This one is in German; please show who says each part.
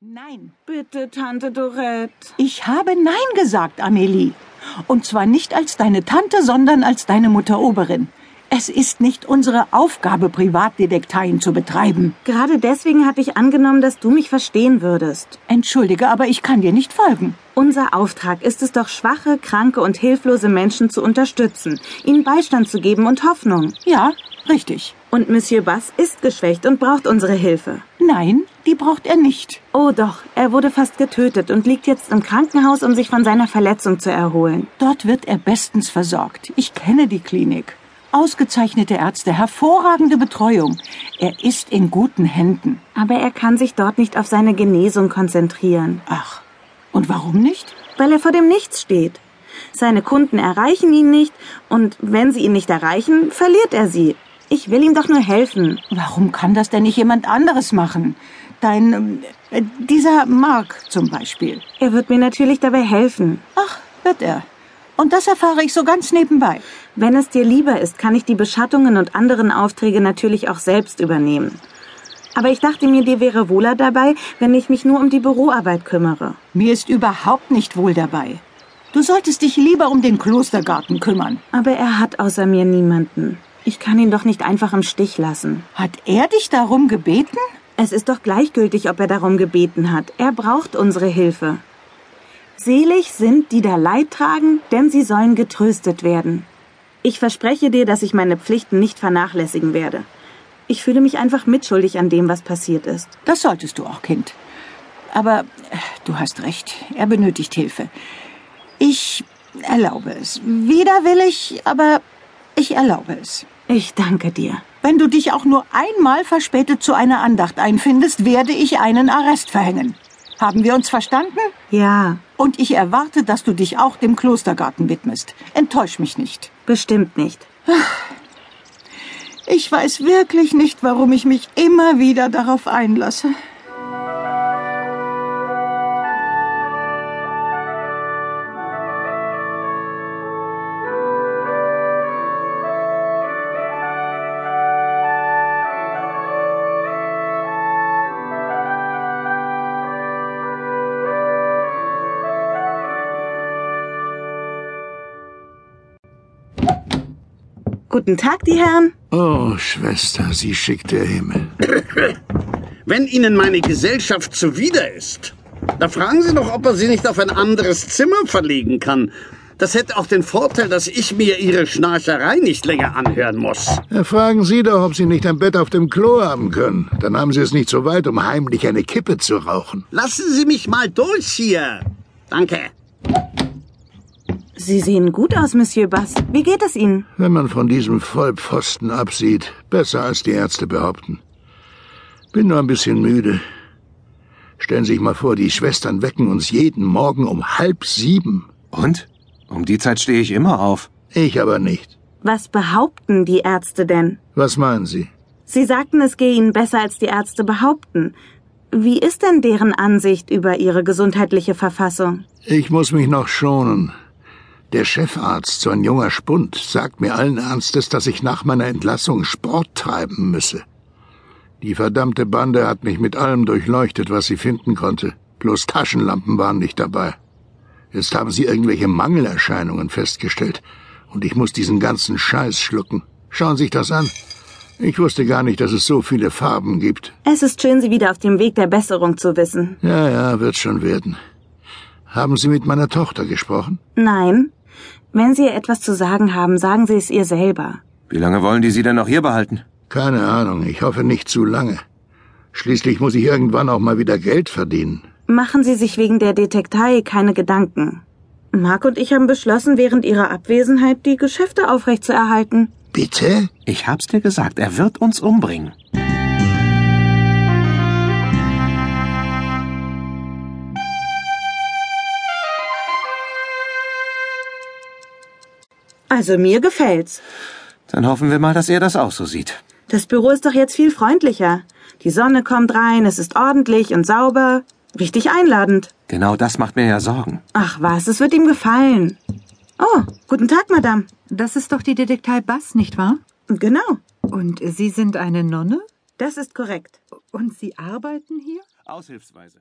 Speaker 1: Nein,
Speaker 2: Bitte, Tante Dorette.
Speaker 1: ich habe Nein gesagt, Amelie. Und zwar nicht als deine Tante, sondern als deine Mutteroberin. Es ist nicht unsere Aufgabe, Privatdetekteien zu betreiben.
Speaker 2: Gerade deswegen habe ich angenommen, dass du mich verstehen würdest.
Speaker 1: Entschuldige, aber ich kann dir nicht folgen.
Speaker 2: Unser Auftrag ist es doch, schwache, kranke und hilflose Menschen zu unterstützen, ihnen Beistand zu geben und Hoffnung.
Speaker 1: Ja, richtig.
Speaker 2: Und Monsieur Bass ist geschwächt und braucht unsere Hilfe.
Speaker 1: Nein, die braucht er nicht.
Speaker 2: Oh doch, er wurde fast getötet und liegt jetzt im Krankenhaus, um sich von seiner Verletzung zu erholen.
Speaker 1: Dort wird er bestens versorgt. Ich kenne die Klinik. Ausgezeichnete Ärzte, hervorragende Betreuung. Er ist in guten Händen.
Speaker 2: Aber er kann sich dort nicht auf seine Genesung konzentrieren,
Speaker 1: Ach, und warum nicht?
Speaker 2: weil er vor dem Nichts steht. Seine Kunden erreichen ihn nicht und wenn sie ihn nicht erreichen, verliert er sie. Ich will ihm doch nur helfen.
Speaker 1: Warum kann das denn nicht jemand anderes machen? Dein, ähm, äh, dieser Mark zum Beispiel.
Speaker 2: Er wird mir natürlich dabei helfen.
Speaker 1: Ach, wird er. Und das erfahre ich so ganz nebenbei.
Speaker 2: Wenn es dir lieber ist, kann ich die Beschattungen und anderen Aufträge natürlich auch selbst übernehmen. Aber ich dachte mir, dir wäre wohler dabei, wenn ich mich nur um die Büroarbeit kümmere.
Speaker 1: Mir ist überhaupt nicht wohl dabei. Du solltest dich lieber um den Klostergarten kümmern.
Speaker 2: Aber er hat außer mir niemanden. Ich kann ihn doch nicht einfach im Stich lassen.
Speaker 1: Hat er dich darum gebeten?
Speaker 2: Es ist doch gleichgültig, ob er darum gebeten hat. Er braucht unsere Hilfe. Selig sind, die da Leid tragen, denn sie sollen getröstet werden. Ich verspreche dir, dass ich meine Pflichten nicht vernachlässigen werde. Ich fühle mich einfach mitschuldig an dem, was passiert ist.
Speaker 1: Das solltest du auch, Kind. Aber äh, du hast recht, er benötigt Hilfe. Ich erlaube es. Widerwillig, aber ich erlaube es.
Speaker 2: Ich danke dir.
Speaker 1: Wenn du dich auch nur einmal verspätet zu einer Andacht einfindest, werde ich einen Arrest verhängen. Haben wir uns verstanden?
Speaker 2: Ja,
Speaker 1: Und ich erwarte, dass du dich auch dem Klostergarten widmest. Enttäusch mich nicht.
Speaker 2: bestimmt nicht.
Speaker 1: Ich weiß wirklich nicht, warum ich mich immer wieder darauf einlasse.
Speaker 2: Guten Tag, die Herren.
Speaker 3: Oh, Schwester, sie schickt der Himmel.
Speaker 4: Wenn Ihnen meine Gesellschaft zuwider ist, da fragen Sie doch, ob er Sie nicht auf ein anderes Zimmer verlegen kann. Das hätte auch den Vorteil, dass ich mir Ihre Schnarcherei nicht länger anhören muss.
Speaker 3: Ja, Äh, fragen Sie doch, ob Sie nicht ein Bett auf dem Klo haben können. Dann haben Sie es nicht so weit, um heimlich eine Kippe zu rauchen.
Speaker 4: Lassen Sie mich mal durch hier. Danke.
Speaker 2: Sie sehen gut aus, Monsieur Bass. Wie geht es Ihnen?
Speaker 3: Wenn man von diesem Vollpfosten absieht, besser als die Ärzte behaupten. Bin nur ein bisschen müde. Stellen Sie sich mal vor, die Schwestern wecken uns jeden Morgen um halb sieben.
Speaker 5: Und? Um die Zeit stehe ich immer auf.
Speaker 3: Ich aber nicht.
Speaker 2: Was behaupten die Ärzte denn?
Speaker 3: Was meinen Sie?
Speaker 2: Sie sagten, es gehe Ihnen besser, als die Ärzte behaupten. Wie ist denn deren Ansicht über Ihre gesundheitliche Verfassung?
Speaker 3: Ich muss mich noch schonen. Der Chefarzt, so ein junger Spund, sagt mir allen Ernstes, dass ich nach meiner Entlassung Sport treiben müsse. Die verdammte Bande hat mich mit allem durchleuchtet, was sie finden konnte. Bloß Taschenlampen waren nicht dabei. Jetzt haben sie irgendwelche Mangelerscheinungen festgestellt. Und ich muss diesen ganzen Scheiß schlucken. Schauen Sie sich das an. Ich wusste gar nicht, dass es so viele Farben gibt.
Speaker 2: Es ist schön, Sie wieder auf dem Weg der Besserung zu wissen.
Speaker 3: Ja, ja, wird schon werden. Haben Sie mit meiner Tochter gesprochen?
Speaker 2: Nein. Wenn Sie ihr etwas zu sagen haben, sagen Sie es ihr selber.
Speaker 5: Wie lange wollen die sie denn noch hier behalten?
Speaker 3: Keine Ahnung, ich hoffe nicht zu lange. Schließlich muss ich irgendwann auch mal wieder Geld verdienen.
Speaker 2: Machen Sie sich wegen der Detektei keine Gedanken. Marc und ich haben beschlossen, während Ihrer Abwesenheit die Geschäfte aufrechtzuerhalten.
Speaker 3: Bitte?
Speaker 5: Ich hab's dir gesagt, er wird uns umbringen.
Speaker 2: Also mir gefällt's.
Speaker 5: Dann hoffen wir mal, dass er das auch so sieht.
Speaker 2: Das Büro ist doch jetzt viel freundlicher. Die Sonne kommt rein, es ist ordentlich und sauber. Richtig einladend.
Speaker 5: Genau das macht mir ja Sorgen.
Speaker 2: Ach was, es wird ihm gefallen. Oh, guten Tag, Madame.
Speaker 6: Das ist doch die Detektei Bass, nicht wahr?
Speaker 2: Genau,
Speaker 6: Und Sie sind eine Nonne?
Speaker 2: das ist korrekt.
Speaker 6: Und Sie arbeiten hier?
Speaker 5: Aushilfsweise.